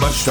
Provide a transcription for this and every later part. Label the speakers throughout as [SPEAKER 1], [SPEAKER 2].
[SPEAKER 1] baixo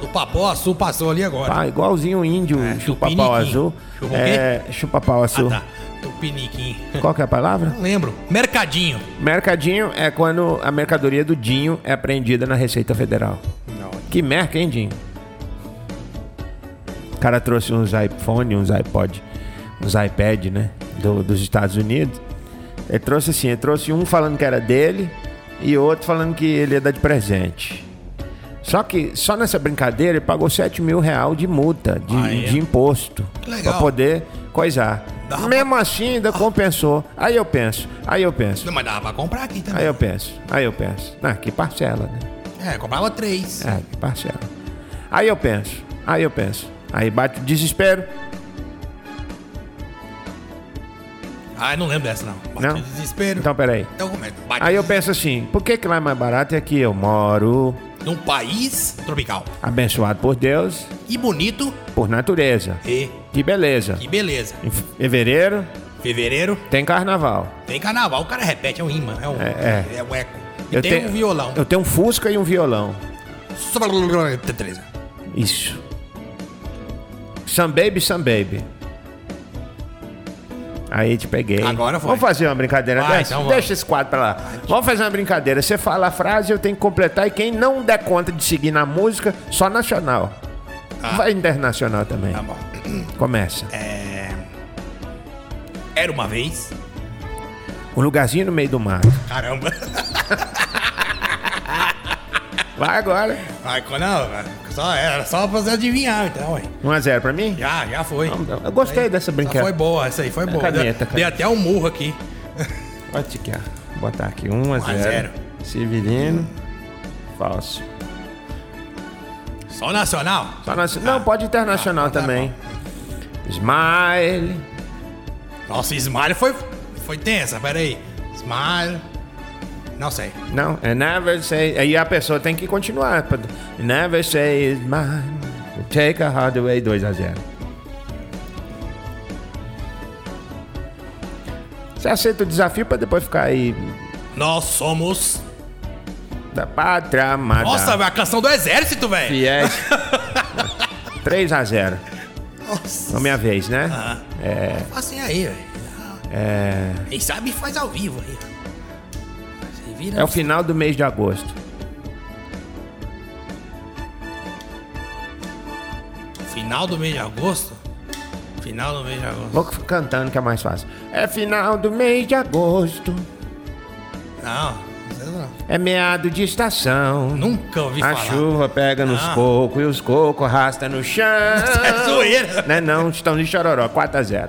[SPEAKER 2] Supapó, Açu passou ali agora.
[SPEAKER 3] Pá, igualzinho o índio,
[SPEAKER 2] É,
[SPEAKER 3] chupa-pau
[SPEAKER 2] tupiniquim.
[SPEAKER 3] azul.
[SPEAKER 2] Chupa o
[SPEAKER 3] É, chupa-pau azul.
[SPEAKER 2] Ah, tá. Tupiniquim.
[SPEAKER 3] Qual que é a palavra?
[SPEAKER 2] Não lembro. Mercadinho.
[SPEAKER 3] Mercadinho é quando a mercadoria do Dinho é apreendida na Receita Federal.
[SPEAKER 2] Não.
[SPEAKER 3] Que merca, hein, Dinho? O cara trouxe uns iPhone, uns iPod, uns iPad, né? do- dos Estados Unidos. Ele trouxe assim, ele trouxe um falando que era dele e outro falando que ele ia dar de presente. Só que só nessa brincadeira ele pagou 7 mil reais de multa, de,
[SPEAKER 2] Ah, é?
[SPEAKER 3] de imposto.
[SPEAKER 2] Que legal.
[SPEAKER 3] Pra poder coisar.
[SPEAKER 2] Dá uma- Ah.
[SPEAKER 3] Mesmo assim, ainda compensou. Aí eu penso, aí eu penso.
[SPEAKER 2] Não, mas dava pra comprar aqui também.
[SPEAKER 3] Aí eu penso, aí eu penso. Ah, que parcela, né?
[SPEAKER 2] É, comprava três.
[SPEAKER 3] É, que parcela. Aí eu penso, aí eu penso. Aí bate o desespero.
[SPEAKER 2] Ah, eu não lembro dessa, não. Bate
[SPEAKER 3] Não?
[SPEAKER 2] desespero.
[SPEAKER 3] Então, peraí.
[SPEAKER 2] Então como é? Bate
[SPEAKER 3] Aí eu penso assim, por que que lá é mais barato e aqui eu moro?
[SPEAKER 2] num país tropical.
[SPEAKER 3] Abençoado por Deus,
[SPEAKER 2] E bonito.
[SPEAKER 3] por natureza.
[SPEAKER 2] E
[SPEAKER 3] Que beleza.
[SPEAKER 2] que beleza.
[SPEAKER 3] Em fevereiro
[SPEAKER 2] Fevereiro
[SPEAKER 3] tem carnaval.
[SPEAKER 2] tem carnaval. O cara repete, é um imã. É um,
[SPEAKER 3] É,
[SPEAKER 2] é. um eco. E tem
[SPEAKER 3] tenho-
[SPEAKER 2] um violão.
[SPEAKER 3] Eu tenho um Fusca e um violão.
[SPEAKER 2] Três.
[SPEAKER 3] Isso. Some Baby, Some Baby. Aí te peguei.
[SPEAKER 2] Agora foi.
[SPEAKER 3] Vamos fazer uma brincadeira
[SPEAKER 2] Vai,
[SPEAKER 3] dessa?
[SPEAKER 2] então vamos.
[SPEAKER 3] Deixa esse quadro pra lá. Vamos fazer uma brincadeira. Você fala a frase, eu tenho que completar. E quem não der conta de seguir na música, só nacional. Vai internacional também.
[SPEAKER 2] Ah. Tá bom. É.
[SPEAKER 3] Começa.
[SPEAKER 2] Era uma vez.
[SPEAKER 3] Um lugarzinho no meio do mato.
[SPEAKER 2] Caramba.
[SPEAKER 3] Vai agora.
[SPEAKER 2] Ai, quando- não, só, era só pra você adivinhar, então, ué.
[SPEAKER 3] 1 a 0 pra mim?
[SPEAKER 2] Já, já foi.
[SPEAKER 3] Eu gostei dessa
[SPEAKER 2] Essa foi
[SPEAKER 3] brincadeira.
[SPEAKER 2] boa, essa aí foi boa.
[SPEAKER 3] É caneta,
[SPEAKER 2] Dei- Dei até um murro aqui.
[SPEAKER 3] Pode tiquear. Vou botar aqui 1 a 0.
[SPEAKER 2] Um zero.
[SPEAKER 3] Severino. Falso.
[SPEAKER 2] Só nacional.
[SPEAKER 3] Tá Só nacional. Não, pode internacional também. Smile.
[SPEAKER 2] Nossa, Smile foi, foi tensa, peraí. Smile. Não sei.
[SPEAKER 3] Não, I never say. Aí a pessoa tem que continuar. pra- Never say it's mine. Take a hard away 2 a 0. Você aceita o desafio pra depois ficar aí
[SPEAKER 2] Nós somos.
[SPEAKER 3] da pátria amada.
[SPEAKER 2] Nossa, velho, a canção do exército, velho.
[SPEAKER 3] Fiéis. 3 a 0.
[SPEAKER 2] Nossa.
[SPEAKER 3] Na minha vez, né?
[SPEAKER 2] Ah. Assim aí, velho. É. Quem sabe faz ao vivo aí. Você vira.
[SPEAKER 3] É o final do mês de agosto.
[SPEAKER 2] Final do mês de agosto? Final do mês de agosto.
[SPEAKER 3] Vou cantando que é mais fácil. É final do mês de agosto.
[SPEAKER 2] Não, não sei não.
[SPEAKER 3] É meado de estação.
[SPEAKER 2] Nunca ouvi
[SPEAKER 3] A
[SPEAKER 2] falar.
[SPEAKER 3] chuva pega nos
[SPEAKER 2] Ah.
[SPEAKER 3] cocos e os cocos arrasta no chão.
[SPEAKER 2] É zoeira.
[SPEAKER 3] Né não, estão de chororó, 4x0.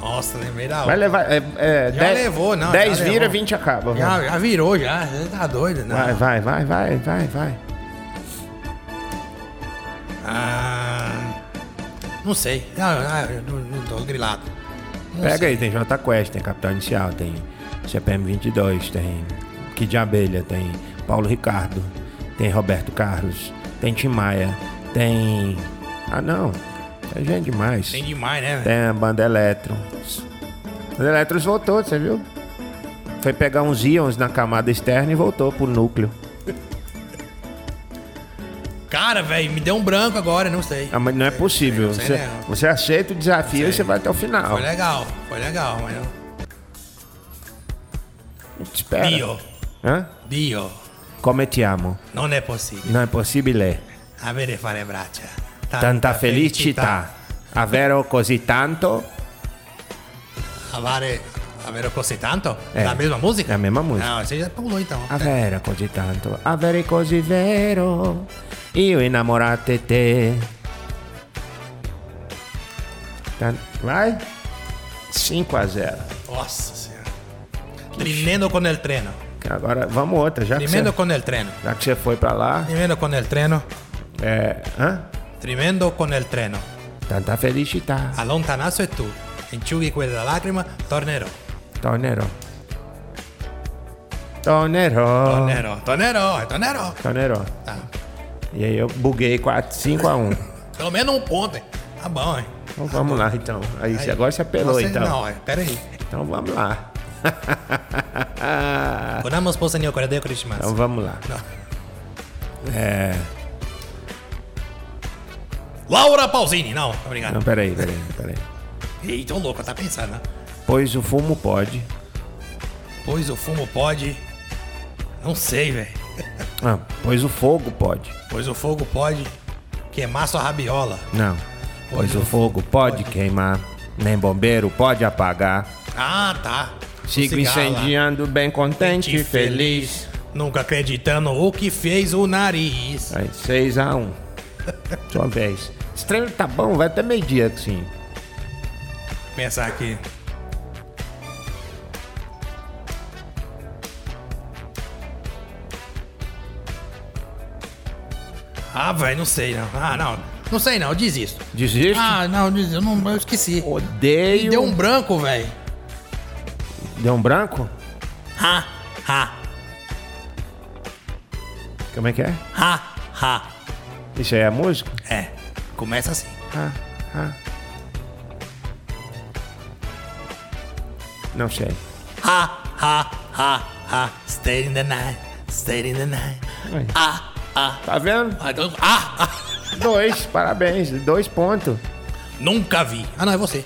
[SPEAKER 2] Nossa, lembrei da
[SPEAKER 3] Vai
[SPEAKER 2] hora.
[SPEAKER 3] levar. É, é,
[SPEAKER 2] Já levou, não,
[SPEAKER 3] 10
[SPEAKER 2] já
[SPEAKER 3] vira,
[SPEAKER 2] levou.
[SPEAKER 3] 20 acaba.
[SPEAKER 2] Já, já virou, já. Você tá doido, né?
[SPEAKER 3] Vai, vai, vai, vai, vai, vai.
[SPEAKER 2] Ah, não sei. Ah, ah, eu não, não tô grilado. Não
[SPEAKER 3] Pega
[SPEAKER 2] sei.
[SPEAKER 3] aí, tem J Quest, tem Capital Inicial, tem CPM 22, tem Kid de Abelha, tem Paulo Ricardo, tem Roberto Carlos, tem Tim Maia, tem. Ah não, é gente demais.
[SPEAKER 2] Tem demais, né? velho?
[SPEAKER 3] Tem a É, banda Electrons. A banda Electrons voltou, você viu? Foi pegar uns íons na camada externa e voltou pro núcleo.
[SPEAKER 2] Cara, velho, me deu um branco agora, não sei.
[SPEAKER 3] É. Ah, mas não é possível.
[SPEAKER 2] sei,
[SPEAKER 3] Você,
[SPEAKER 2] né?
[SPEAKER 3] você aceita o desafio e você vai até o final.
[SPEAKER 2] Foi legal, foi legal, mas não.
[SPEAKER 3] A gente espera.
[SPEAKER 2] Dio,
[SPEAKER 3] Hã?
[SPEAKER 2] Dio,
[SPEAKER 3] Come ti amo.
[SPEAKER 2] não é possível. é
[SPEAKER 3] Não é possível.
[SPEAKER 2] Avere fare braccia.
[SPEAKER 3] Tanta felicità. Avero così tanto.
[SPEAKER 2] Avare, avere così tanto?
[SPEAKER 3] É.
[SPEAKER 2] É. Da mesma música?
[SPEAKER 3] É a mesma música. Ah,
[SPEAKER 2] Não, você já pulou então.
[SPEAKER 3] Avere così tanto. Avere così vero. Io innamorate te. Tan- Vai? 5 a 0.
[SPEAKER 2] Nossa senhora. Trinendo con el treno.
[SPEAKER 3] Agora vamos outra, já Ah, que, você,
[SPEAKER 2] Trimendo con el treno.
[SPEAKER 3] já que você foi pra lá.
[SPEAKER 2] Trimendo con el treno.
[SPEAKER 3] É, hã? Tá,
[SPEAKER 2] Trimendo con el treno.
[SPEAKER 3] Tanta felicità.
[SPEAKER 2] Allontanasso e tu. Inciughi quella lacrima, tornerò.
[SPEAKER 3] Ah. Tornerò. Tornerò.
[SPEAKER 2] Tornerò, tornerò, tornerò.
[SPEAKER 3] Tornerò.
[SPEAKER 2] Tá.
[SPEAKER 3] E aí eu buguei 4, 5 a 1.
[SPEAKER 2] Pelo menos um ponto, hein? Tá bom, hein?
[SPEAKER 3] Então vamos lá então. Aí, você agora você apelou
[SPEAKER 2] Você-
[SPEAKER 3] então.
[SPEAKER 2] Não, é, pera aí.
[SPEAKER 3] Então vamos lá. Ah.
[SPEAKER 2] Podemos postar em Coreia do Christmas.
[SPEAKER 3] Então vamos lá.
[SPEAKER 2] Laura Pausini, não, obrigado.
[SPEAKER 3] Não, peraí, peraí, peraí.
[SPEAKER 2] Ih, tão louco, tá pensando, né?
[SPEAKER 3] Pois o fumo pode.
[SPEAKER 2] Pois o fumo pode. Não sei, velho.
[SPEAKER 3] Não, Ah, pois o fogo pode.
[SPEAKER 2] Pois o fogo pode queimar sua rabiola.
[SPEAKER 3] Não. Pois o fogo pode queimar. Nem bombeiro pode apagar.
[SPEAKER 2] Ah, tá. O
[SPEAKER 3] Sigo
[SPEAKER 2] cigarro lá.
[SPEAKER 3] incendiando bem contente e feliz.
[SPEAKER 2] Nunca acreditando o que fez o nariz.
[SPEAKER 3] Aí, 6 a 1 Sua vez. Esse treino tá bom, vai até meio-dia assim.
[SPEAKER 2] Pensar aqui. Ah, velho, não sei não. Ah, não. Não sei não, eu desisto.
[SPEAKER 3] Desiste?
[SPEAKER 2] Ah, não, eu desisto, eu, não, eu esqueci.
[SPEAKER 3] Odeio.
[SPEAKER 2] Deu um branco, velho.
[SPEAKER 3] Deu um branco?
[SPEAKER 2] Ha, ha,
[SPEAKER 3] Como é que é?
[SPEAKER 2] ha, ha.
[SPEAKER 3] Isso aí é a música?
[SPEAKER 2] É, começa assim.
[SPEAKER 3] Ah, ah. Não sei.
[SPEAKER 2] Ha, ha, ha, ha. Stay in the night, stay in the night.
[SPEAKER 3] Aí.
[SPEAKER 2] Ah, ah.
[SPEAKER 3] Tá vendo?
[SPEAKER 2] Ah, então- ah, ah.
[SPEAKER 3] Dois, parabéns, dois pontos.
[SPEAKER 2] Nunca vi. Ah, não, é você.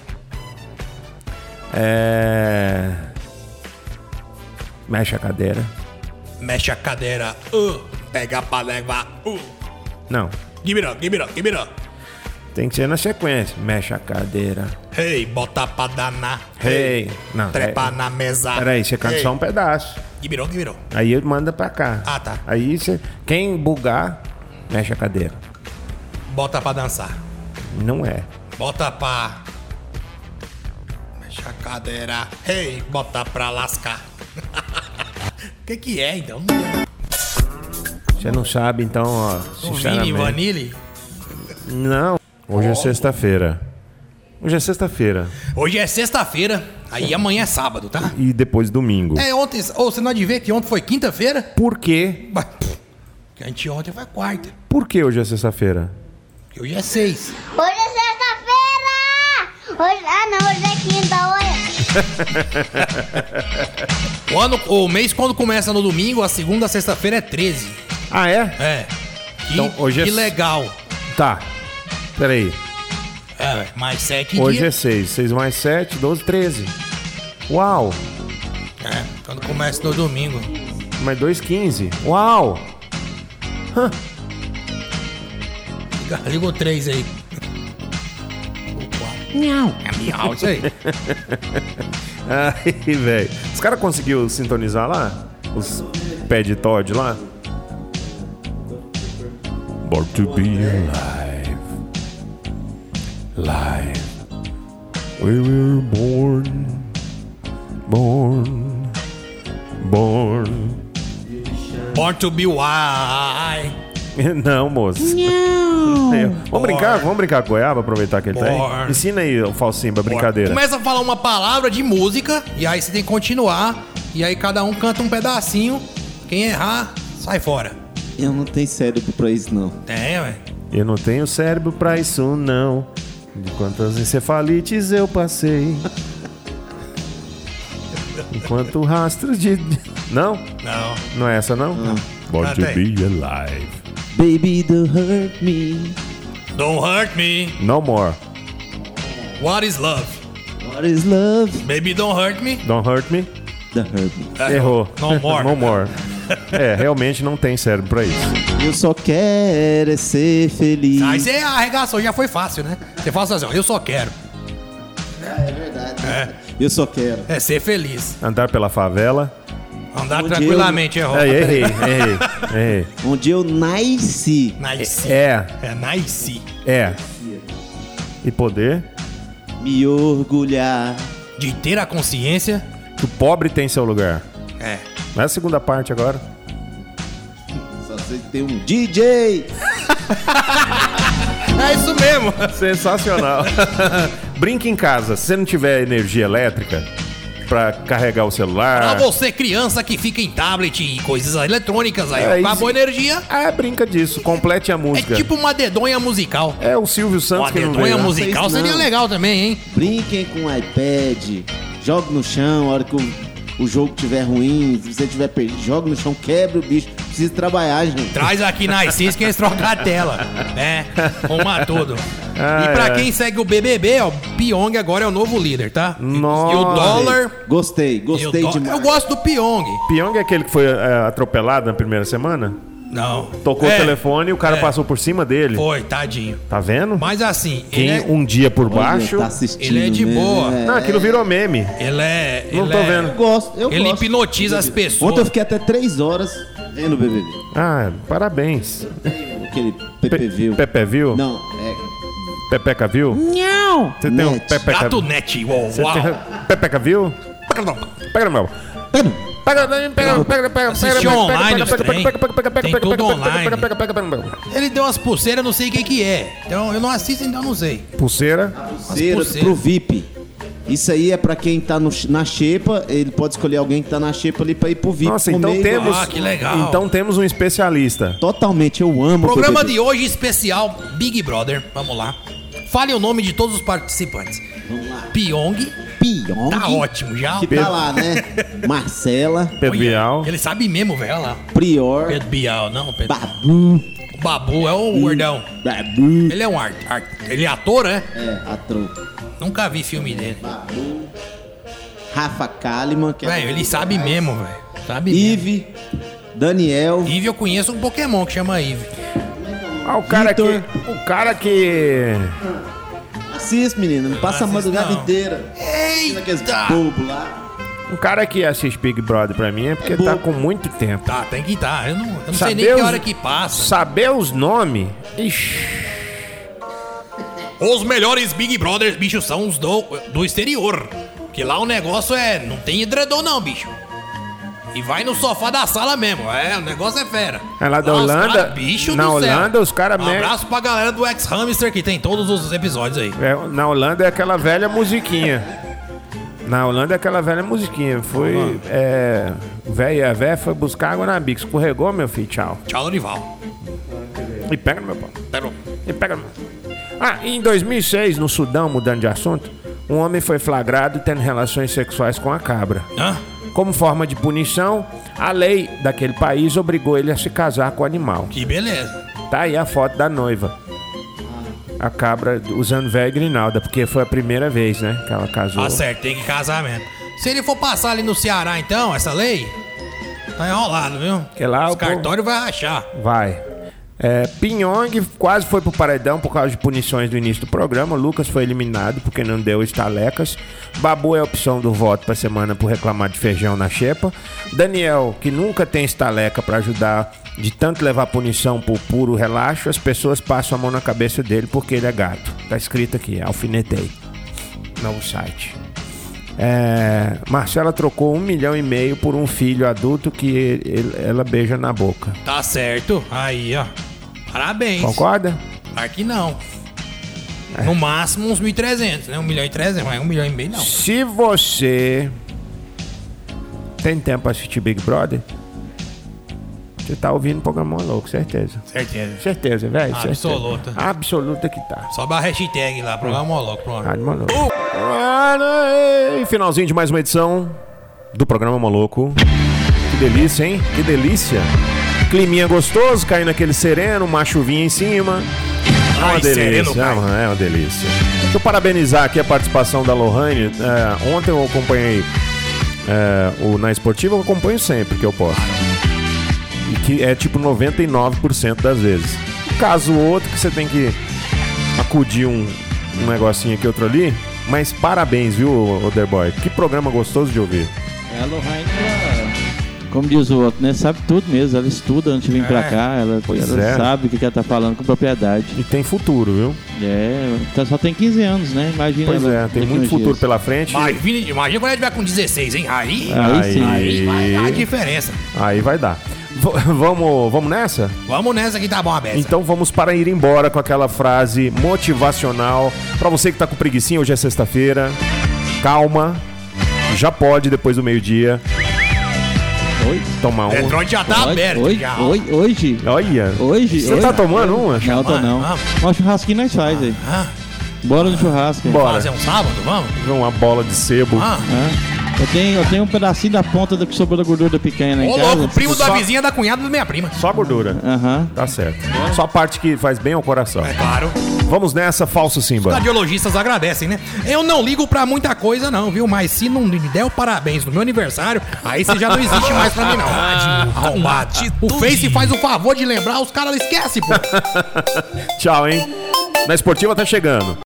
[SPEAKER 3] É. Mexe a cadeira.
[SPEAKER 2] Mexe a cadeira. Uh, pega pra levar. Uh.
[SPEAKER 3] Não,
[SPEAKER 2] Give it up, give it up, give it up.
[SPEAKER 3] tem que ser na sequência. Mexe a cadeira.
[SPEAKER 2] Hey, bota pra danar.
[SPEAKER 3] Hey. Não,
[SPEAKER 2] Trepa
[SPEAKER 3] é-
[SPEAKER 2] na mesa.
[SPEAKER 3] Peraí, você canta
[SPEAKER 2] Hey,
[SPEAKER 3] só um pedaço.
[SPEAKER 2] Give it up, give it up.
[SPEAKER 3] Aí ele manda pra cá.
[SPEAKER 2] Ah, tá.
[SPEAKER 3] Aí você. Quem bugar, mexe a cadeira.
[SPEAKER 2] Bota pra dançar.
[SPEAKER 3] Não é.
[SPEAKER 2] Bota pra... Mexe a cadeira. Hey, bota pra lascar. que que é, então?
[SPEAKER 3] Você não sabe, então, ó.
[SPEAKER 2] Vini,
[SPEAKER 3] Sinceramente.
[SPEAKER 2] Vanille?
[SPEAKER 3] Não. Hoje é sexta-feira. Hoje é sexta-feira.
[SPEAKER 2] Hoje é sexta-feira, aí amanhã é sábado, tá?
[SPEAKER 3] E depois domingo.
[SPEAKER 2] É, ontem. Ou você não há de ver que ontem foi quinta-feira?
[SPEAKER 3] Por quê?
[SPEAKER 2] Mas, pff, que Anteontem foi quarta.
[SPEAKER 3] Por que hoje é sexta-feira?
[SPEAKER 2] que Hoje é seis.
[SPEAKER 4] Hoje é sexta-feira! Hoje, ah não, hoje é quinta, olha.
[SPEAKER 2] O, ano, o mês, quando começa no domingo, a segunda a sexta-feira é 13.
[SPEAKER 3] Ah, é?
[SPEAKER 2] É. Que,
[SPEAKER 3] Então, hoje é
[SPEAKER 2] que
[SPEAKER 3] s-
[SPEAKER 2] legal.
[SPEAKER 3] Tá. Peraí.
[SPEAKER 2] É, mais sete
[SPEAKER 3] Hoje é
[SPEAKER 2] dias.
[SPEAKER 3] 6. 6 mais 7, 12, 13. Uau!
[SPEAKER 2] É... quando começa no domingo.
[SPEAKER 3] Mais 2, 15. Uau!
[SPEAKER 2] Liga, liga o três aí. O quatro. É miau, isso aí.
[SPEAKER 3] Ai, velho. Os caras conseguiu sintonizar lá? Os pé de Todd lá? Born to be alive. Live. We were born. Born. Born.
[SPEAKER 2] Born to be wild.
[SPEAKER 3] Não, moço. Eu- Vamos brincar? Vamos brincar com goiaba, aproveitar que ele tá aí?
[SPEAKER 2] Bora.
[SPEAKER 3] Ensina aí, ô, Falsimba, brincadeira.
[SPEAKER 2] Começa a falar uma palavra de música, e aí você tem que continuar. E aí cada um canta um pedacinho. Quem errar, sai fora.
[SPEAKER 5] Eu não tenho cérebro pra isso, não.
[SPEAKER 2] É, ué.
[SPEAKER 3] Eu não tenho cérebro pra isso, não. De quantas encefalites eu passei. Enquanto rastros de. Não?
[SPEAKER 2] Não.
[SPEAKER 3] Não é essa, não? Born to
[SPEAKER 2] Canta aí.
[SPEAKER 3] be alive.
[SPEAKER 5] Baby, don't hurt me.
[SPEAKER 2] Don't hurt me.
[SPEAKER 3] No more.
[SPEAKER 2] What is love?
[SPEAKER 5] What is love?
[SPEAKER 2] Baby, don't hurt me.
[SPEAKER 3] Don't hurt me.
[SPEAKER 5] Don't hurt me.
[SPEAKER 3] Errou.
[SPEAKER 2] No more.
[SPEAKER 3] no more. É, realmente não tem cérebro pra isso.
[SPEAKER 5] Eu só quero é ser feliz.
[SPEAKER 2] Aí você arregaçou, já foi fácil, né? Você fala assim, ó, eu só quero
[SPEAKER 5] É verdade. Eu só quero.
[SPEAKER 2] é ser feliz.
[SPEAKER 3] Andar pela favela.
[SPEAKER 2] Andar
[SPEAKER 5] Bom dia,
[SPEAKER 2] tranquilamente, errou.
[SPEAKER 3] Aí, errei, errei, errei.
[SPEAKER 5] Onde eu nasci.
[SPEAKER 2] Nice.
[SPEAKER 3] É,
[SPEAKER 2] É nice.
[SPEAKER 3] É. E poder.
[SPEAKER 5] Me orgulhar.
[SPEAKER 2] De ter a consciência.
[SPEAKER 3] Que o pobre tem seu lugar.
[SPEAKER 2] É.
[SPEAKER 3] Não é a segunda parte agora.
[SPEAKER 5] Só sei que tem um DJ.
[SPEAKER 2] É isso mesmo.
[SPEAKER 3] Sensacional. Brinque em casa. Se você não tiver energia elétrica pra carregar o
[SPEAKER 2] Pra
[SPEAKER 3] celular.
[SPEAKER 2] você, criança que fica em tablet e coisas eletrônicas aí, ó.
[SPEAKER 3] É isso.
[SPEAKER 2] acabou a energia.
[SPEAKER 3] Ah, brinca disso. Complete a
[SPEAKER 2] É
[SPEAKER 3] música. É,
[SPEAKER 2] tipo é uma dedonha musical.
[SPEAKER 3] o Silvio
[SPEAKER 2] Uma
[SPEAKER 3] Santos que não
[SPEAKER 2] dedonha
[SPEAKER 3] veio. né?
[SPEAKER 2] musical
[SPEAKER 5] Não sei
[SPEAKER 2] seria
[SPEAKER 5] não.
[SPEAKER 2] legal também, hein?
[SPEAKER 5] Brinquem com o iPad. Jogue no chão. A hora que o, o jogo tiver ruim. Se você tiver perdido, jogue no chão. Quebra o bicho. Precisa trabalhar, gente.
[SPEAKER 2] Traz aqui na ICIS que eles trocam a tela. É, arruma tudo.
[SPEAKER 3] Ai,
[SPEAKER 2] e pra
[SPEAKER 3] ai.
[SPEAKER 2] quem segue o BBB, ó, Pyong agora é o novo líder, tá? E o
[SPEAKER 3] Nossa.
[SPEAKER 2] dólar.
[SPEAKER 5] Gostei.
[SPEAKER 2] e o
[SPEAKER 5] Gostei
[SPEAKER 2] dó-
[SPEAKER 5] demais.
[SPEAKER 2] Eu gosto do Pyong.
[SPEAKER 3] Pyong é aquele que foi é, atropelado na primeira semana?
[SPEAKER 2] Não.
[SPEAKER 3] Tocou
[SPEAKER 2] É,
[SPEAKER 3] o telefone e o cara passou por cima dele.
[SPEAKER 2] Foi, tadinho.
[SPEAKER 3] Tá vendo?
[SPEAKER 2] Mas assim, ele
[SPEAKER 3] Quem
[SPEAKER 2] é,
[SPEAKER 3] um dia por
[SPEAKER 5] Olha,
[SPEAKER 3] baixo.
[SPEAKER 5] tá assistindo
[SPEAKER 2] ele é de
[SPEAKER 5] mesmo,
[SPEAKER 2] boa.
[SPEAKER 5] né?
[SPEAKER 3] Não, aquilo virou meme.
[SPEAKER 2] ele é.
[SPEAKER 3] Não
[SPEAKER 2] ele
[SPEAKER 3] tô
[SPEAKER 2] é-
[SPEAKER 5] Eu
[SPEAKER 3] vendo.
[SPEAKER 5] gosto, eu
[SPEAKER 2] Ele
[SPEAKER 5] gosto.
[SPEAKER 2] hipnotiza as pessoas.
[SPEAKER 5] Ontem eu fiquei até três horas vendo o BBB.
[SPEAKER 3] Ah, parabéns.
[SPEAKER 5] Aquele PPV.
[SPEAKER 3] Pepe viu?
[SPEAKER 5] Não, é.
[SPEAKER 3] Pepeca viu? Não. Você tem um
[SPEAKER 5] Net.
[SPEAKER 3] Pepeca
[SPEAKER 2] Gato Net, uau.
[SPEAKER 3] Você
[SPEAKER 2] uau.
[SPEAKER 3] tem... um Pepeca viu? Pega na mão. Pega, pega, pega, pega, pega,
[SPEAKER 2] Assistiu
[SPEAKER 3] pega,
[SPEAKER 2] online
[SPEAKER 3] pega,
[SPEAKER 2] os trem.
[SPEAKER 3] pega, pega, pega, pega,
[SPEAKER 2] Tem
[SPEAKER 3] pega,
[SPEAKER 2] tudo
[SPEAKER 3] pega,
[SPEAKER 2] online.
[SPEAKER 3] pega, pega, pega, pega, pega.
[SPEAKER 2] Ele deu umas pulseiras, não sei o que que é. Então eu não assisto, então eu não sei.
[SPEAKER 3] Pulseira.
[SPEAKER 5] Pulseira
[SPEAKER 2] pulseiras.
[SPEAKER 5] pro VIP. Isso aí é pra quem tá no- na xepa, ele pode escolher alguém que tá na xepa ali pra ir pro VIP.
[SPEAKER 3] Nossa, então
[SPEAKER 5] comer e-
[SPEAKER 3] temos.
[SPEAKER 2] Ah, que legal.
[SPEAKER 3] Então temos um especialista.
[SPEAKER 5] Totalmente, eu amo o
[SPEAKER 2] Programa
[SPEAKER 5] BBB.
[SPEAKER 2] de hoje especial Big Brother. Vamos lá. Fale o nome de todos os participantes.
[SPEAKER 5] Vamos lá.
[SPEAKER 2] Pyong.
[SPEAKER 5] Pyong.
[SPEAKER 2] Tá ótimo já.
[SPEAKER 5] Que tá lá, né? Marcela,
[SPEAKER 3] Pedro
[SPEAKER 2] Olha,
[SPEAKER 3] Bial.
[SPEAKER 2] Ele sabe mesmo, velho. Olha lá.
[SPEAKER 5] Prior,
[SPEAKER 2] Pedro Bial, não, Pedro.
[SPEAKER 5] Babu.
[SPEAKER 2] O Babu é o gordão.
[SPEAKER 5] Babu.
[SPEAKER 2] Ele é um art, art- Ele é ator, né?
[SPEAKER 5] É, a troca.
[SPEAKER 2] Nunca vi filme dele.
[SPEAKER 5] Babu. Rafa Kalimann, que
[SPEAKER 2] Velho,
[SPEAKER 5] é.
[SPEAKER 2] ele sabe mesmo, velho. Sabe mesmo.
[SPEAKER 5] Ive, Daniel.
[SPEAKER 2] Eve eu conheço um Pokémon que chama Eve.
[SPEAKER 3] Ah, o cara que.
[SPEAKER 5] Vitor.
[SPEAKER 3] O cara que.
[SPEAKER 5] Assiste, menino. Não passa a
[SPEAKER 2] assisto,
[SPEAKER 5] madrugada
[SPEAKER 2] não.
[SPEAKER 5] inteira. Assistindo Aqueles
[SPEAKER 2] Eita!
[SPEAKER 5] bobo lá.
[SPEAKER 3] O Um cara que assiste Big Brother pra mim é porque
[SPEAKER 5] É
[SPEAKER 3] tá
[SPEAKER 5] bom.
[SPEAKER 3] com muito tempo.
[SPEAKER 2] Tá, tem que estar. Eu não, eu não sei
[SPEAKER 3] Saber
[SPEAKER 2] nem que
[SPEAKER 3] os-
[SPEAKER 2] hora que passa.
[SPEAKER 3] Saber os nomes. Ixi.
[SPEAKER 2] Os melhores Big Brothers, bicho, são os do, do exterior. Que lá o negócio é. Não tem edredom, não, bicho. E vai no sofá da sala mesmo. É, o negócio é fera.
[SPEAKER 3] É lá da
[SPEAKER 2] os
[SPEAKER 3] Holanda?
[SPEAKER 2] cara- bicho
[SPEAKER 3] Na
[SPEAKER 2] do
[SPEAKER 3] Holanda,
[SPEAKER 2] céu.
[SPEAKER 3] os cara
[SPEAKER 2] Um
[SPEAKER 3] me-
[SPEAKER 2] abraço pra galera do Ex-Hamster que tem todos os episódios aí.
[SPEAKER 3] É, na Holanda é aquela velha musiquinha. Na Holanda é aquela velha musiquinha. Foi. É, véia, a véia foi buscar água na bica. Escorregou, meu filho, tchau.
[SPEAKER 2] Tchau, Dorival.
[SPEAKER 3] E pega no meu pau.
[SPEAKER 2] Tá bom.
[SPEAKER 3] E pega no meu Ah, e em 2006, no Sudão, mudando de assunto, um homem foi flagrado tendo relações sexuais com a cabra.
[SPEAKER 2] Hã?
[SPEAKER 3] Como forma de punição, a lei daquele país obrigou ele a se casar com o animal.
[SPEAKER 2] Que beleza.
[SPEAKER 3] Tá aí a foto da noiva. A cabra usando véia grinalda, porque foi a primeira vez, né? Que ela casou.
[SPEAKER 2] Tá certo, tem que casar mesmo. Se ele for passar ali no Ceará, então, essa lei, tá enrolado, viu?
[SPEAKER 3] Que lá
[SPEAKER 2] Os
[SPEAKER 3] o povo-
[SPEAKER 2] cartórios vai rachar.
[SPEAKER 3] Vai. É, Pinhong quase foi pro paredão por causa de punições do início do programa. Lucas foi eliminado porque não deu estalecas. Babu é a opção do voto pra semana por reclamar de feijão na xepa. Daniel, que nunca tem estaleca pra ajudar, de tanto levar punição por puro relaxo, as pessoas passam a mão na cabeça dele porque ele é gato. Tá escrito aqui, alfinetei. Novo site. É, Marcela trocou um milhão e meio por um filho adulto que ele- ela beija na boca.
[SPEAKER 2] Tá certo. Aí, ó. Parabéns.
[SPEAKER 3] Concorda?
[SPEAKER 2] Claro que não. No máximo uns 1.300, né? 1 milhão e 300, mas 1 milhão e meio não.
[SPEAKER 3] Se você tem tempo pra assistir Big Brother, você tá ouvindo Pokémon Louco, certeza.
[SPEAKER 2] Certeza.
[SPEAKER 3] Certeza, velho.
[SPEAKER 2] Absoluta.
[SPEAKER 3] certeza. Absoluta que tá. Ah,
[SPEAKER 2] Sobe a hashtag lá, programa logo, pronto.
[SPEAKER 3] Rádio Maluco.
[SPEAKER 6] E finalzinho de mais uma edição do programa Maluco. Que delícia, hein? Que delícia. Climinha gostoso, caindo aquele sereno, uma chuvinha em cima. É uma
[SPEAKER 2] Ai,
[SPEAKER 6] delícia,
[SPEAKER 2] sereno,
[SPEAKER 6] é,
[SPEAKER 2] cara.
[SPEAKER 6] uma, é uma delícia. Deixa eu parabenizar aqui a participação da Lohane. É, ontem eu acompanhei é, o Na Esportiva, eu acompanho sempre que eu posso. E que é tipo 99% das vezes. Um Caso outro que você tem que acudir um, um negocinho aqui, outro ali. Mas parabéns, viu, Oderboy? Que programa gostoso de ouvir.
[SPEAKER 5] É a Lohane, ela- como diz o outro, né? Sabe tudo mesmo. Ela estuda antes de vir pra cá, ela, ela
[SPEAKER 6] é.
[SPEAKER 5] sabe o que que ela tá falando com propriedade.
[SPEAKER 6] E tem futuro, viu?
[SPEAKER 5] É, tá- só tem 15 anos, né? Imagina.
[SPEAKER 6] Pois
[SPEAKER 5] ela
[SPEAKER 6] é, tem
[SPEAKER 5] daqui
[SPEAKER 6] muito
[SPEAKER 5] uns
[SPEAKER 6] futuro
[SPEAKER 5] dias.
[SPEAKER 6] pela frente.
[SPEAKER 2] Imagina, imagina quando ele tiver com 16, hein? Aí,
[SPEAKER 5] Aí sim.
[SPEAKER 2] aí vai dar a
[SPEAKER 6] Aí,
[SPEAKER 2] diferença.
[SPEAKER 6] aí vai dar. V- vamos, vamos nessa?
[SPEAKER 2] Vamos nessa que tá bom, Abel.
[SPEAKER 6] Então vamos para ir embora com aquela frase motivacional. Pra você que tá com preguicinha, hoje é sexta-feira. Calma. Já pode, depois do meio-dia,
[SPEAKER 5] Oi?
[SPEAKER 6] tomar
[SPEAKER 2] o
[SPEAKER 6] um.
[SPEAKER 2] eletrônico já tá aberto.
[SPEAKER 5] Hoje,
[SPEAKER 2] já.
[SPEAKER 5] hoje, hoje,
[SPEAKER 6] Olha.
[SPEAKER 5] hoje.
[SPEAKER 6] Você
[SPEAKER 5] hoje.
[SPEAKER 6] tá tomando uma?
[SPEAKER 5] Não, tô não.
[SPEAKER 2] Vamos.
[SPEAKER 5] Mas churrasquinho nós faz aí.
[SPEAKER 2] Ah,
[SPEAKER 5] Bora no churrasco.
[SPEAKER 6] Bora.
[SPEAKER 2] fazer um sábado, vamos?
[SPEAKER 6] Uma bola de sebo.
[SPEAKER 2] Ah,
[SPEAKER 5] Hã? Eu tenho, eu tenho um pedacinho da ponta do que sobrou da gordura da picanha lá em
[SPEAKER 2] ô
[SPEAKER 5] casa.
[SPEAKER 2] louco, primo da
[SPEAKER 6] Só-
[SPEAKER 2] vizinha da cunhada da minha prima.
[SPEAKER 6] Só gordura.
[SPEAKER 5] Aham.
[SPEAKER 6] Tá certo. Só a parte que faz bem ao coração.
[SPEAKER 2] É claro.
[SPEAKER 6] Vamos nessa, falso
[SPEAKER 2] Os
[SPEAKER 6] Simba.
[SPEAKER 2] Cardiologistas agradecem, né? Eu não ligo pra muita coisa, não, viu? Mas se não me der o parabéns no meu aniversário, aí você já não existe mais pra mim, não. Arrombado. O Face faz o favor de lembrar, os caras esquecem, pô.
[SPEAKER 6] Tchau, hein? Na esportiva tá chegando.